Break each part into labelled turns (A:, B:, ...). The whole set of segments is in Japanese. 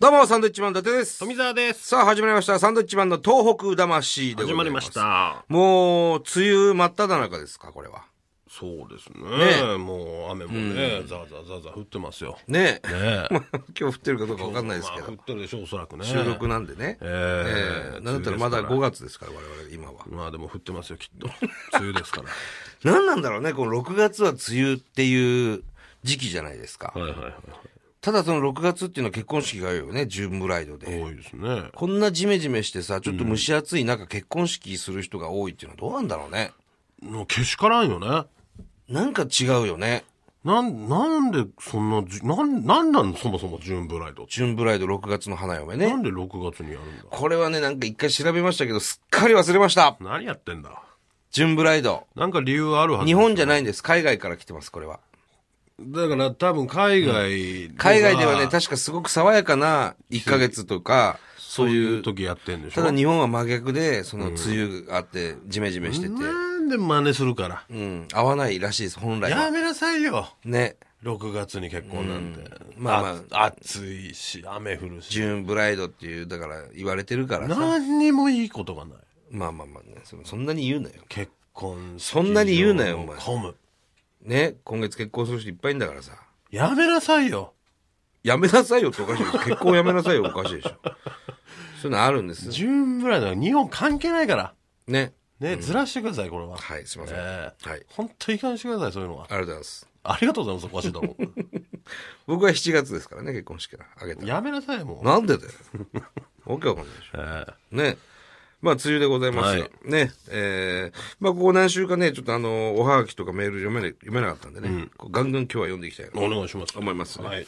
A: どうも、サンドイッチマン伊達です。
B: 富澤です。
A: さあ、始まりました。サンドイッチマンの東北魂でございま
B: 始
A: す。
B: まりまし。た。
A: もう、梅雨真っ只中ですか、これは。
B: そうです
A: ね
B: ね。もう雨もね、ザーザーザーザー降ってますよ。
A: ね え。
B: ね
A: 今日降ってるかどうかわかんないですけ
B: まあ降
A: ど
B: っ。てるでしょう、おそらくね。
A: 収録なんでね。え
B: ええ
A: えなんだったらまだ
B: 梅
A: 5
B: 雨
A: 月ですから、我々今は。
B: まあでも降ってますよ、きっと。梅雨ですから。
A: 何なんだろうね、この6月は梅雨っていう時期じゃないですか。
B: はいはいはい。
A: ただその6月っていうのは結婚式が多いよね、ジューンブライドで。
B: 多いですね。
A: こんなジメジメしてさ、ちょっと蒸し暑い中結婚式する人が多いっていうのはどうなんだろうね。
B: もうけしからんよね。
A: なんか違うよね。
B: なん、なんでそんなじ、なん、なんなんそもそもジューンブライドって。
A: ジューンブライド6月の花嫁ね
B: な。んで6月にやるんだ
A: これはね、なんか一回調べましたけど、すっかり忘れました。
B: 何やってんだ
A: ジュンブライド。
B: なんか理由あるはず。
A: 日本じゃないんです。海外から来てます、これは。
B: だから多分海外、
A: 海外ではね、確かすごく爽やかな1ヶ月とか、
B: そういう時やってんでしょ
A: ただ日本は真逆で、その梅雨があって、ジメジメしてて、
B: なんで真似するから。
A: うん、合わないらしいです、本来
B: や
A: は。
B: めなさいよ。
A: ね。
B: 6月に結婚なんて。
A: まあま
B: あ。暑いし、雨降るし。
A: ジューンブライドっていう、だから言われてるからさ。
B: 何にもいいことがない。
A: まあまあまあね、そそんなに言うなよ。
B: 結婚式
A: そんなに言うなよお前
B: 混む。
A: ね、今月結婚する人いっぱいいんだからさ。
B: やめなさいよ。
A: やめなさいよっておかしいでしょ。結婚やめなさいよおかしいでしょ。そういうのあるんです。
B: ジューンブライドは日本関係ないから。
A: ね。
B: ね、ずらしてください、これは。
A: はい、すいません。あ
B: ええ
A: はい
B: 本当いかんしてください、そういうのは。
A: りがとうございます。
B: ありがとうございます、おかしいと 思
A: 僕は7月ですからね、結婚式からあげた
B: う。
A: ら。
B: やめなさい、もう。
A: なんでだよ。わけわかんないでしょ。
B: え
A: ね。まあ、梅雨でございますよ。
B: はい
A: ね。えー、まあ、ここ何週かね、ちょっとあの、おはがきとかメール読めな読めなかったんでね、こうガンガン今日は読んでいきたいな
B: えお願いします。
A: 思いますね
B: はい。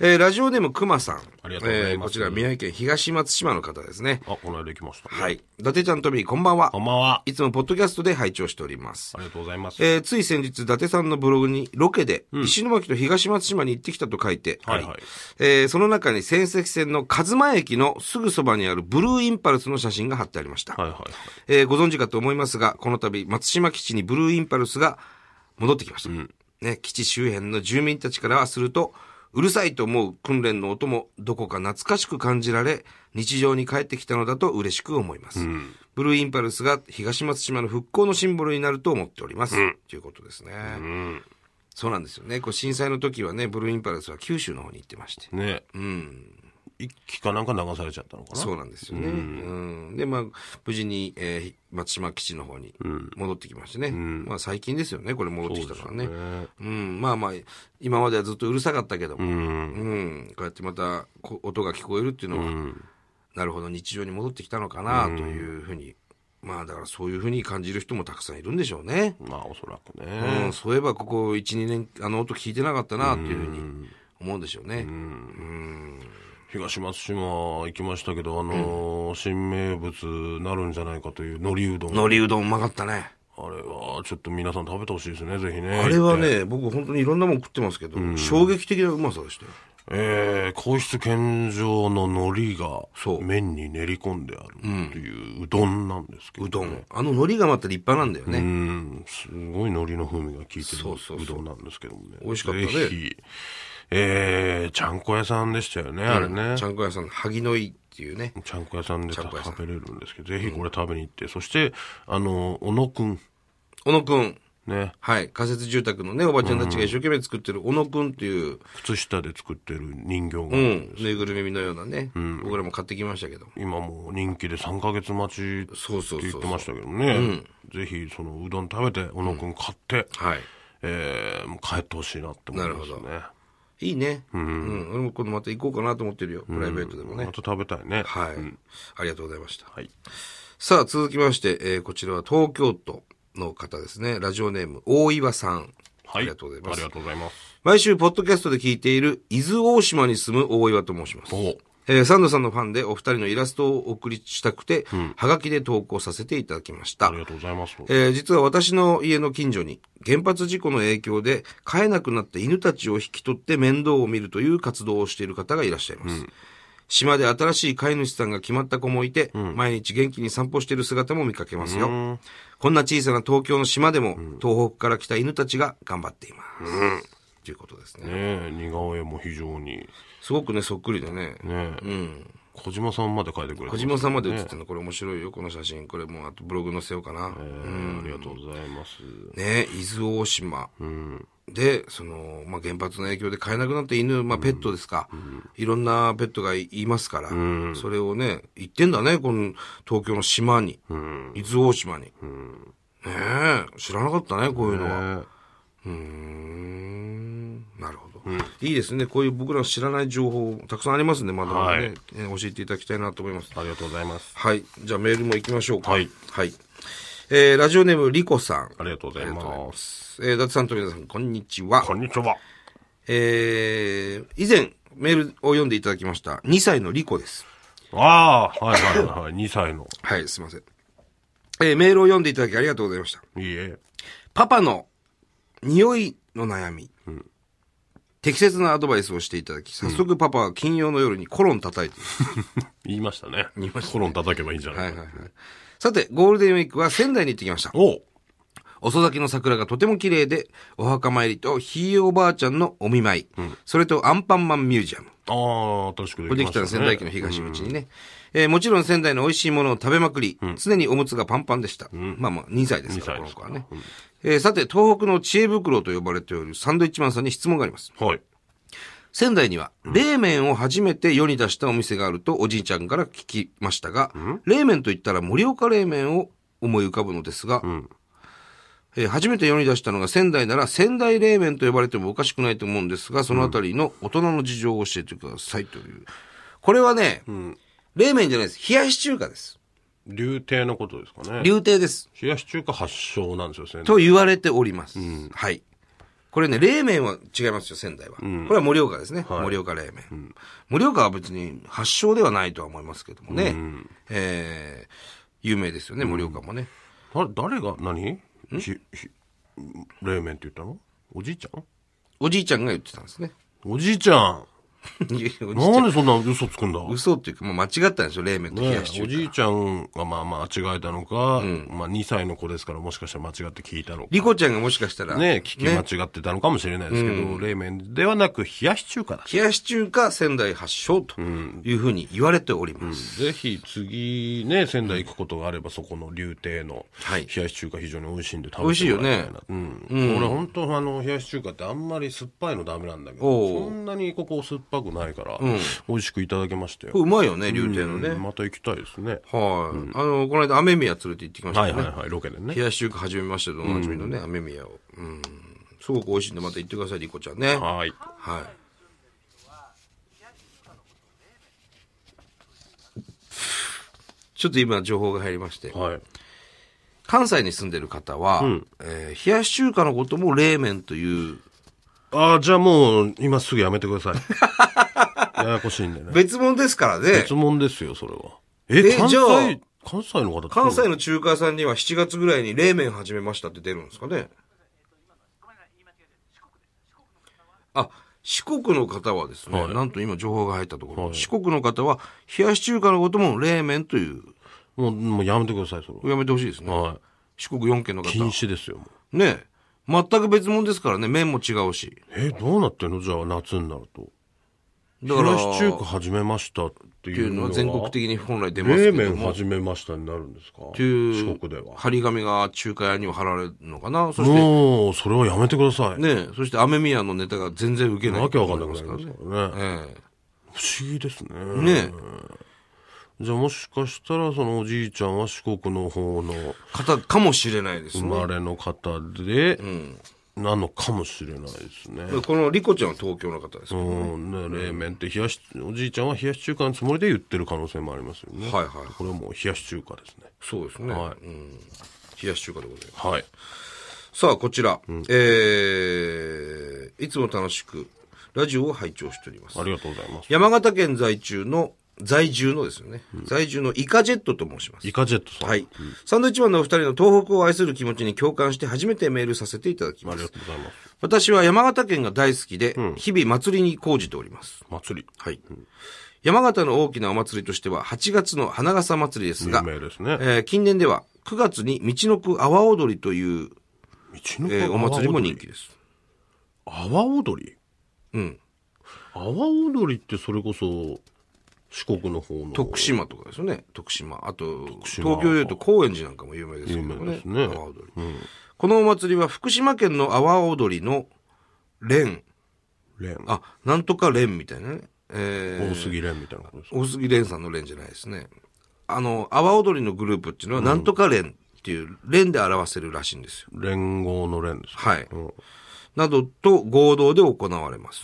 A: えー、ラジオネームくまさん。
B: ありがとうございます
A: こちら宮城県東松島の方ですね。
B: あ、この間行きました。
A: は。い。伊達ちゃんとび、こんばんは
B: こ。んばんは。
A: いつもポッドキャストで拝聴しております
B: あ。りがとうございます。
A: えーつい先日、伊達さんのブログにロケで、石巻と東松島に行ってきたと書いてあり、
B: はいはい
A: えーその中に仙石線の鹿妻駅のすぐそばにあるブルーインパルスの写真が貼ってありました。
B: はいはいはい。
A: えーご存知かと思いますが、この度、松島基地にブルーインパルスが戻ってきました。ね、基地周辺の住民たちからはすると、うるさいと思う訓練の音もどこか懐かしく感じられ、日常に帰ってきたのだと嬉しく思います。ブルーインパルスが東松島の復興のシンボルになると思っております。ということですね。そうなんですよね。こう震災の時はね、ブルーインパルスは九州の方に行ってまして。
B: ねうん。一気かなんか流されちゃったのかな
A: そうなんですよね。うんで、まあ、無事に、えー松島基地の方に戻ってきましてね。まあ、最近ですよね、これ戻ってきたのはね。うん、まあまあ、今まではずっとうるさかったけども、うん、こうやってまたこ音が聞こえるっていうのは、なるほど、日常に戻ってきたのかなというふうに、まあ、だからそういうふうに感じる人もたくさんいるんでしょうね。
B: まあおそらく
A: う
B: ね、
A: ん、そういえばここ1、2年、あの音聞いてなかったなというふうに思うんでしょうね。
B: 東松島行きましたけどあのー新名物なるんじゃないかという海苔うどん
A: 海
B: あ
A: 苔うどんうまかったね。
B: れはちょっと皆さん食べてほしいですねぜひね
A: あれは
B: 行って
A: ね、僕本当にいろんなもん食ってますけど、衝撃的なうまさでしたよ。
B: えー、皇室献上の海苔が
A: そう
B: 麺に練り込んであるっていううどんなんですけど、
A: うどん。あの海苔がまた立派なんだよね。
B: うんすごい海苔の風味が効いてる
A: そうそうそう
B: うどんなんですけどもね
A: 美味しかったね
B: ぜひえー、ちゃんこ屋さんでしたよね、あれね
A: ちゃんこ屋さんの萩の井っていうね。
B: ちゃんこ屋さんで
A: ちゃんこ屋さん
B: 食べれるんですけど、ぜひこれ食べに行って、そして、あの、小野くん、
A: 小野くん。
B: ね、
A: はい。仮設住宅のね、おばちゃんたちが一生懸命作ってる小野くんっていう、
B: 靴下で作ってる人形が、
A: うん。ぬいぐるみのようなね。僕らも買ってきましたけど。
B: 今もう人気で3ヶ月待ちって
A: そうそう
B: 言
A: そ
B: っ
A: う
B: て。ましたけどね、ぜひそのうどん食べて、小野くん買って、
A: はい。
B: えーもう帰ってほしいなって思いますね。
A: いいね。うん。俺も今度また行こうかなと思ってるよ。プライベートでも
B: ま
A: ね
B: た。食べたいね。
A: はい。ありがとうございました。
B: はい。
A: さあ、続きまして、えーこちらは東京都の方ですね。ラジオネーム、大岩さん。あ
B: はい。
A: りがとうございま
B: あり
A: す
B: が。とうございます。
A: 毎週、ポッドキャストで聞いている、伊豆大島に住む大岩と申します。
B: お
A: えーサンドさんのファンでお二人のイラストをお送りしたくて、はがきで投稿させていただきました
B: あり。がとうございます。
A: えー実は私の家の近所に原発事故の影響で飼えなくなった犬たちを引き取って面倒を見るという活動をしている方がいらっしゃいます。島で新しい飼い主さんが決まった子もいて、毎日元気に散歩している姿も見かけますよ。こんな小さな東京の島でも、東北から来た犬たちが頑張っています。っていうことですね。
B: え似顔絵も非常に。
A: すごくね、そっくりでね。
B: ねうん。小島さんまで描いてくれて
A: 小
B: ます
A: 島さんまで写ってるの、これ面白いよ、この写真。これもう、あとブログ載せようかな。
B: えーありがとうございます。
A: ね、伊豆大島。で、その、まあ、原発の影響で飼えなくなった犬、まあ、ペットですか、いろんなペットがいいますから、それをね、行ってんだね、この東京の島に、伊豆大島に。ねえ、知らなかったね、こういうのは。
B: ね
A: うーんなるほど、いいですね。こういう僕らの知らない情報、たくさんありますんで、まだまだね、
B: はい
A: えー教えていただきたいなと思います。
B: ありがとうございます。
A: はい。じゃあメールも行きましょうか。
B: はい。
A: えー、ラジオネーム、リコさん。
B: ありがとうござい
A: ありがとうござい
B: ま。
A: ますす。えー、伊達さんと皆さん、こんにちは。
B: こんにちは。
A: えー、以前、メールを読んでいただきました、2歳のリコです。
B: ああ、はいはいはい。2歳の。
A: はい、すいません。えー、メールを読んでいただきありがとうございました。
B: いいえ。
A: パパの匂いの悩み。適切なアドバイスをしていただき、早速パパは金曜の夜にコロン叩いている。
B: 言いましたね。
A: 言いましたね
B: コロン叩けばいいんじゃないか。
A: はいはいはい。さて、ゴールデンウィークは仙台に行ってきました。
B: おう
A: 遅咲きの桜がとても綺麗で、お墓参りとひいおばあちゃんのお見舞い、それとアンパンマンミュージアム。
B: ああ、新しくで
A: こ
B: き
A: れ
B: ま
A: で
B: し
A: き
B: た
A: た
B: ね。
A: の仙台駅の東口にね。えーもちろん仙台の美味しいものを食べまくり、常におむつがパンパンでした。まあまあ、2歳ですから、この
B: 2歳
A: 子はね。えーさて、東北の知恵袋と呼ばれておるサンドイッチマンさんに質問があります。
B: はい。
A: 仙台には、冷麺を初めて世に出したお店があるとおじいちゃんから聞きましたが、冷麺と言ったら盛岡冷麺を思い浮かぶのですが、えー初めて世に出したのが仙台なら仙台冷麺と呼ばれてもおかしくないと思うんですが、そのあたりの大人の事情を教えてくださいという。これはね、冷麺じゃないです。冷やし中華です。
B: 流亭のことですかね。
A: 流亭です。
B: 冷やし中華発祥なんですよ、仙台。
A: と言われております。はい。これね、冷麺は違いますよ、仙台は。これは盛岡ですね。盛岡冷麺。盛岡は別に発祥ではないとは思いますけどもね。えー有名ですよね、盛岡もね。
B: だ誰が何ひひ冷麺って言ったのおじいちゃん
A: おじいちゃんが言ってたん ですね。
B: おじいちゃん
A: いやおじいちゃん
B: なんでそんな嘘つくんだ
A: 嘘っていうか、もう間違ったんですよ、冷麺と冷
B: ね
A: やし中
B: お
A: 華。
B: じいちゃんがまあまあ間違えたのか、まあ2歳の子ですからもしかしたら間違って聞いたのか。
A: リコちゃんがもしかしたら、
B: ね聞き間違ってたのかもしれないですけど、冷麺ではなく冷やし中華だ。
A: 冷やし中華仙台発祥というふうに言われております。
B: ぜひ次ね、仙台行くことがあれば、そこの竜亭の
A: はい
B: 冷やし中華非常に美味しいんで食
A: 美
B: べ
A: 味していよ
B: もらい
A: ね
B: たいな。うん。俺本当あの、冷やし中華ってあんまり酸っぱいのダメなんだけ
A: おう
B: ど、そんなにここ酸っぱくないから、美味しくいただけましたよ
A: こ。れうまいよね、竜亭のね。
B: うんまた行きたいですね。
A: はい、あの、この間、雨宮連れて行ってきました
B: は
A: ね
B: い。はいはい、ロケでね
A: 冷。やし中華始めましたとおなじみのね、雨宮を。うん。すごく美味しいんで、また行ってください、リコちゃんね。
B: はい。
A: はい。ちょっと今、情報が入りまして。
B: はい。
A: 関西に住んでる方は、えー冷やし中華のことも冷麺という、
B: ああ、じゃあもう、今すぐやめてください。 ややこしいんでね。
A: 別物ですからね
B: 質。問ですよ、それは。え、
A: え
B: 関
A: じゃ
B: 西、関西の方
A: 関西の中華屋さんには7月ぐらいに冷麺始めましたって出るんですかねあ、四国の方はですね、
B: はい
A: なんと今情報が入ったところ、
B: はい
A: 四国の方は冷やし中華のことも冷麺という、
B: もう、もうやめてください、それ
A: やめてほしいですね。
B: は。は
A: 四国4県の
B: い。禁
A: 方。
B: 止ですよ、もう。
A: ね全く別物ですからね、麺も違うし。
B: え、どうなってんのじゃあ、夏になると。
A: だ
B: 冷
A: から、
B: やし中華始めましたって
A: って
B: い
A: いう
B: うの
A: のは
B: は
A: 全国的に本来出ますけ
B: 冷
A: ど
B: 麺
A: も。
B: 始めましたになるんですか
A: っていう
B: 四国では。
A: 張り紙が中華屋には貼られるのかなそして、
B: もう、それはやめてください。
A: ねそして、アメミヤのネタが全然受けない。
B: わけわかんなくなりますからね。
A: ええ
B: 不思議ですね。
A: ね
B: じゃあもしかしたら、そのおじいちゃんは四国の方の、
A: 方かもしれないです
B: 生
A: ね。
B: まれの方で、なのかもしれないですね。
A: このリコちゃんは東京の方です。
B: う
A: は
B: ん、ね冷麺って冷やし、おじいちゃんは冷やし中華のつもりで言ってる可能性もありますよね。
A: いはい。
B: これはもう冷やし中華ですね。
A: そうですね。
B: は
A: うん冷やし中華でございます。
B: はい。
A: さあ、こちら。えー、いつも楽しく、ラジオを拝聴しております
B: あ。りがとうございます。
A: 山形県在住の、在住のですよね。在住のイカジェットと申します
B: イ。カジェットさん。
A: はい。サンドイッチマンのお二人の東北を愛する気持ちに共感して初めてメールさせていただき
B: あ
A: ま
B: り
A: す
B: が。とうございます。
A: 私は山形県が大好きで、日々祭りに講じております。
B: 祭り。
A: はい。山形の大きなお祭りとしては、8月の花笠祭りです
B: 有
A: が、
B: 名ですね。
A: えー近年では9月に道の区阿波踊りという、
B: 道の
A: えーお祭りも人気です。
B: 阿波踊り
A: うん。
B: 阿波踊りってそれこそ四国の方の
A: 徳島とかですよね。徳島。あと、
B: 島
A: 東京でいうと高円寺なんかも有名ですけどね。
B: 有名ですね
A: 阿波踊り。このお祭りは福島県の阿波踊りの連、
B: 連
A: あ、なんとか連みたいなね。えー
B: 大杉連みたいなことですか
A: 大杉連さんの連じゃないですね。あの、阿波踊りのグループっていうのは、なんとか連っていう、連で表せるらしいんですよ。
B: 連合の連ですか
A: はい。
B: うん
A: などと合同で行われます。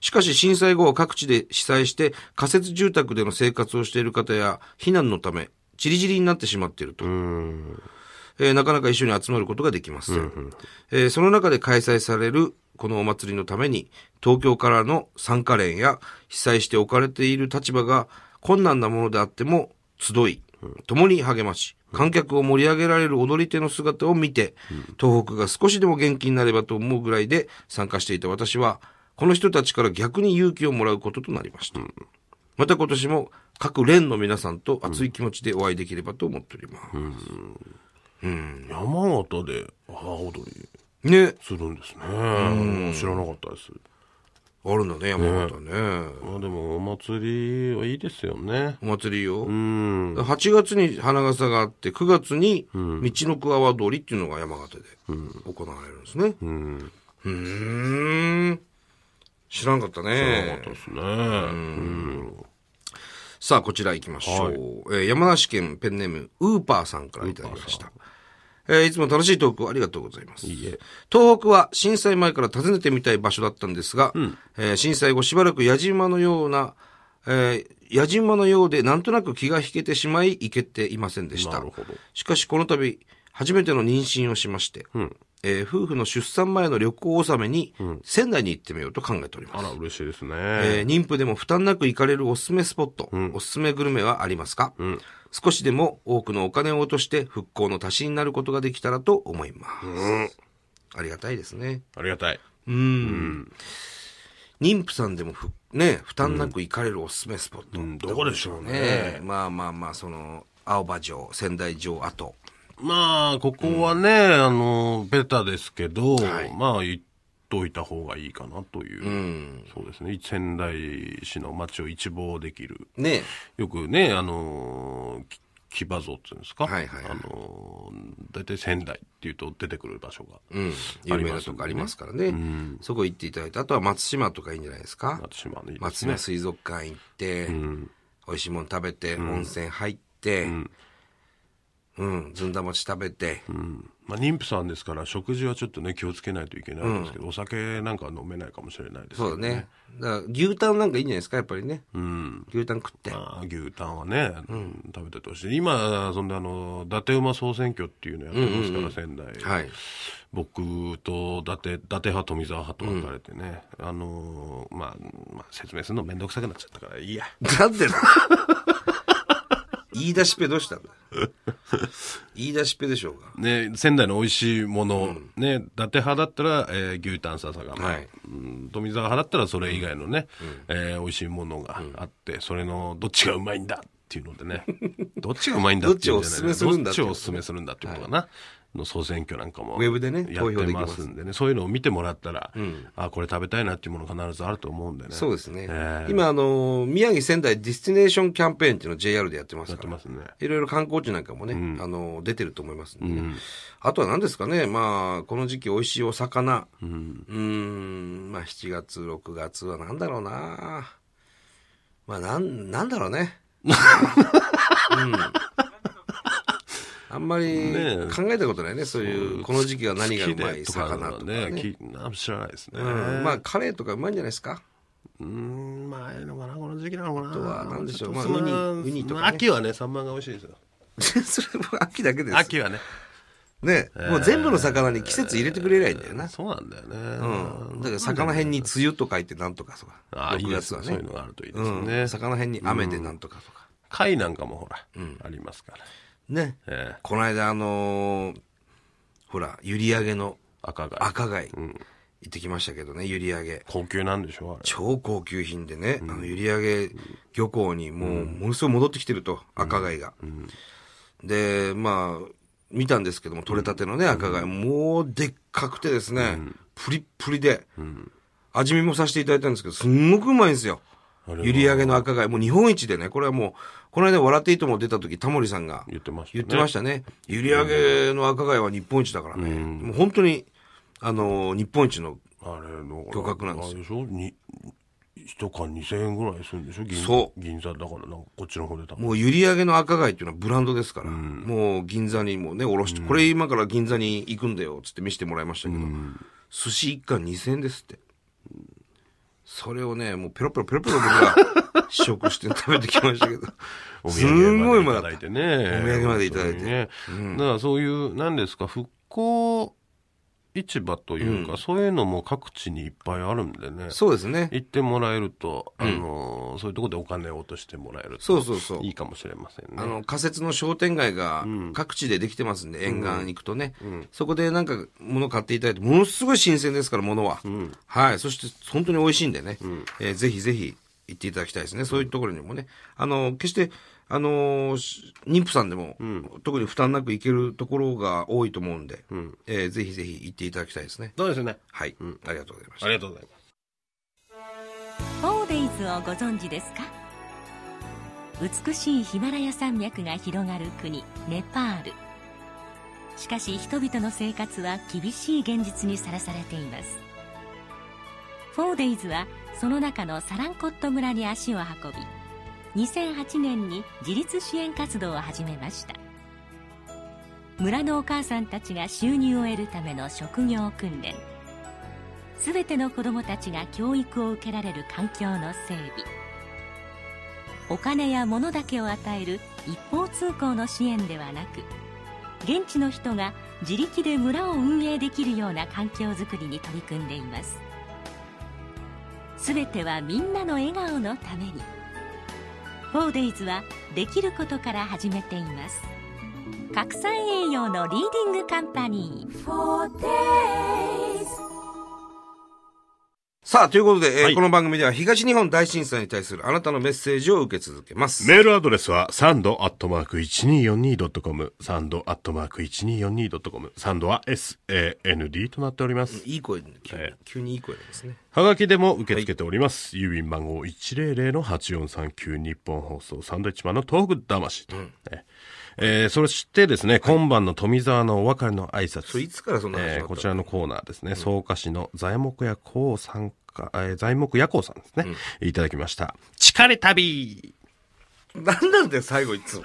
A: しかし震災後は各地で被災して仮設住宅での生活をしている方や避難のため散り散りになってしまっていると、
B: うん
A: えーなかなか一緒に集まることができません、えーその中で開催されるこのお祭りのために東京からの参加連や被災して置かれている立場が困難なものであっても集い共に励まし観客を盛り上げられる踊り手の姿を見て東北が少しでも元気になればと思うぐらいで参加していた私はこの人たちから逆に勇気をもらうこととなりました、また今年も各連の皆さんと熱い気持ちでお会いできればと思っております、
B: 山形で阿波踊り
A: ね
B: するんですね知らなかったです
A: あるんだね、山形ね。
B: まあでもお祭りはいいですよね
A: お祭りよ。
B: うん
A: 8月に花笠があって、9月に道のく阿波通りっていうのが山形で行われるんですね。うん。ん。知らんかった
B: よか
A: ね
B: った。ですねうん
A: さあ、こちら行きましょう。
B: はい
A: えー山梨県ペンネーム、ウーパーさんからいただきました。えーいつも楽しいトークをありがとうございます。東北は震災前から訪ねてみたい場所だったんですが、えー震災後しばらく矢島のような、えー矢島のようでなんとなく気が引けてしまい行けていませんでした
B: なるほど。
A: しかしこの度、初めての妊娠をしまして、えー夫婦の出産前の旅行納めに、仙台に行ってみようと考えております
B: あ。ら嬉しいですね
A: えー妊婦でも負担なく行かれるおすすめスポット、おすすめグルメはありますか、少しでも多くのお金を落として復興の足しになることができたらと思います。ありがたいですね。
B: ありがたい
A: うん。妊婦さんでもふ、ね、負担なく行かれるおすすめスポット。
B: うんどこでしょうね
A: ねまあまあまあ、その、青葉城、仙台城跡。
B: まあ、ここはね、あの、ベタですけど、まあ、言っといた方がいいかなという。そうですね。仙台市の街を一望できる。
A: ね。
B: よくね、あの、き騎馬像っていうんですか。
A: はいはいはい
B: あの、大体仙台っていうと出てくる場所が。
A: うん。有名なとこありますからね。そこ行っていただいて、あとは松島とかいいんじゃないですか。
B: 松島のいいで
A: 松
B: すね
A: 島。水族館行って、美味しいもの食べて、温泉入って、うん、ずんだ餅食べて、
B: うんまあ、妊婦さんですから、食事はちょっとね、気をつけないといけないんですけど、お酒なんかは飲めないかもしれないですけ
A: そう
B: ど
A: だね。だから牛タンなんかいいんじゃないですか、やっぱりね。
B: うん。
A: 牛タン食って。
B: まあ、牛タンはね、食べててほしい。今、そんであの、伊達馬総選挙っていうのやってますから、仙台。
A: はい。
B: 僕と伊達、伊達派、富澤派と分かれてね、あのー、まあ、まあ、説明するのめんどくさくなっちゃったから、いいや。
A: なんでな 言い出しっぺどうしたんだ言い出しっぺでしょうか。
B: ね、仙台の美味しいもの、ね、伊達派だったら、えー牛タン笹が、
A: はい
B: うん富澤派だったらそれ以外のね、えー美味しいものがあって、それのどっちがうまいんだっていうの でね、どっちがうまいんだっていうんじゃない
A: どっちをおすすめするんだっ
B: どってち
A: いう
B: をおすすめするんだっていうことかな。の総選挙なんかも。
A: ウェブでね
B: や
A: 投
B: っ
A: 票
B: て
A: できま
B: ますすんでね。そういうのを見てもらったら、あ、これ食べたいなっていうもの必ずあると思うんでね。
A: そうですね。
B: えー
A: 今、あのー宮城仙台ディスティネーションキャンペーンっていうのを JR でやってます
B: やっ
A: か
B: て
A: ら。
B: ますね。
A: いろいろ観光地なんかもね、あの、出てると思いますんでね、あとは何ですかね、まあ、この時期美味しいお魚。うん。ん、まあ、7月、6月は何だろうな。まあ、なん、なんだろう ね。うん。あんまり
B: ねえ
A: 考えたことないね、そういう、この時期は何がうまい
B: 好きでと
A: 魚
B: か
A: とか
B: ね。
A: ね。
B: きな知らないですね。
A: うん、まあ、カレーとかうまいんじゃないですか。
B: うーん、まあ、ええのかな、この時期なのかな。あ
A: とは何でしょうまあウニウニとかね
B: 秋はね、サンマが美味しいですよ。
A: それも秋だけです。
B: 秋はね。
A: ね、もう全部の魚に季節入れてくれりゃいいんだよな。
B: そうなんだよね。
A: うん。だから魚辺に梅雨と書いてなんとかとか。
B: ああ、いい
A: 6
B: で
A: 月
B: す
A: は
B: ね。そう
A: ね
B: いう。のがあるといいで
A: う
B: す
A: ん
B: ね。
A: 魚辺に雨でなんとかとか。
B: 貝なんかもほら、ありますから。
A: ね。
B: ええ
A: この間あのーほら、閖上げの
B: 赤貝。
A: 赤貝、行ってきましたけどね、閖上げ。
B: 高級なんでしょう、あれ。
A: 超高級品でね、あの閖上げ漁港にもう、ものすごい戻ってきてると、赤貝が。で、まあ、見たんですけども、取れたてのね、赤貝、もうでっかくてですね、プリップリで、味見もさせていただいたんですけど、すんごくうまいんですよ。
B: あれは
A: 閖上げの赤貝、もう日本一でね、これはもう、この間、笑っていいとも出た時、タモリさんが
B: 言ってましたね
A: 言ってましたね。閖上げの赤貝は日本一だからね。もう本当に、あの、日本一の、
B: あれの
A: 漁獲なんですよ
B: あれでしょに一缶2000円ぐらいするんでしょ銀
A: そ
B: 銀座だからなんかこっちの方で多分
A: もう閖上げの赤貝っていうのはブランドですから、もう銀座にもね、おろして、これ今から銀座に行くんだよ、つって見せてもらいましたけど、寿司一貫2000円ですって。それをね、もうペロペロペロペロ僕が試食して食べてきましたけ ど、すんごいうまかった
B: い。てね。
A: お土産までいただいて
B: 本当にね。だからそういう、なんですか、復興市場というか、そういうのも各地にいっぱいあるんでね。
A: そうですね。
B: 行ってもらえると、あのーそういうところでお金を落としてもらえると。
A: そうそうそう
B: いいかもしれません
A: あ
B: ね。
A: の、仮設の商店街が各地でできてますんで、沿岸行くとね、そこでなんか物買っていただいて、ものすごい新鮮ですから、物は。はい。そして、本当に美味しいんでね、えーぜひぜひ行っていただきたいですね。そういうところにもね。あの、決して、あのーし妊婦さんでも、特に負担なく行けるところが多いと思うんで、えーぜひぜひ行っていただきたいですね。
B: そうですね。
A: はい。ありがとうございました
B: あ。りがとうございます。
C: フォーデイズをご存知ですか美しいヒマラヤ山脈が広がる国ネパールしかし人々の生活は厳しい現実にさらされていますフォーデイズはその中のサランコット村に足を運び2008年に自立支援活動を始めました村のお母さんたちが収入を得るための職業訓練全ての子どもたちが教育を受けられる環境の整備お金や物だけを与える一方通行の支援ではなく現地の人が自力で村を運営できるような環境づくりに取り組んでいます全てはみんなの笑顔のために 4days はできることから始めています拡散栄養のリーディングカンパニー
A: さあ、ということで、えー
D: はい
A: この番組では東日本大震災に対するあなたのメッセージを受け続けます。
D: メールアドレスは、サンドアットマーク 1242.com、サンドアットマーク 1242.com、サンドは SAND となっております。
A: いい声で、急に,、
D: ええ
A: 急にいい声ですね。
D: はがきでも受け付けております。郵便番号100-8439日本放送サンドイッチマンの東北魂と。ねえーそしてですね、今晩の富澤のお別れの挨拶。
A: それいつからそんな話にな
D: え
A: った
D: ーこちらのコーナーですね、草加市の材木屋こうさんか、えー材木屋こうさんですね、いただきました。力旅
A: なんなんだよ、最後いつも。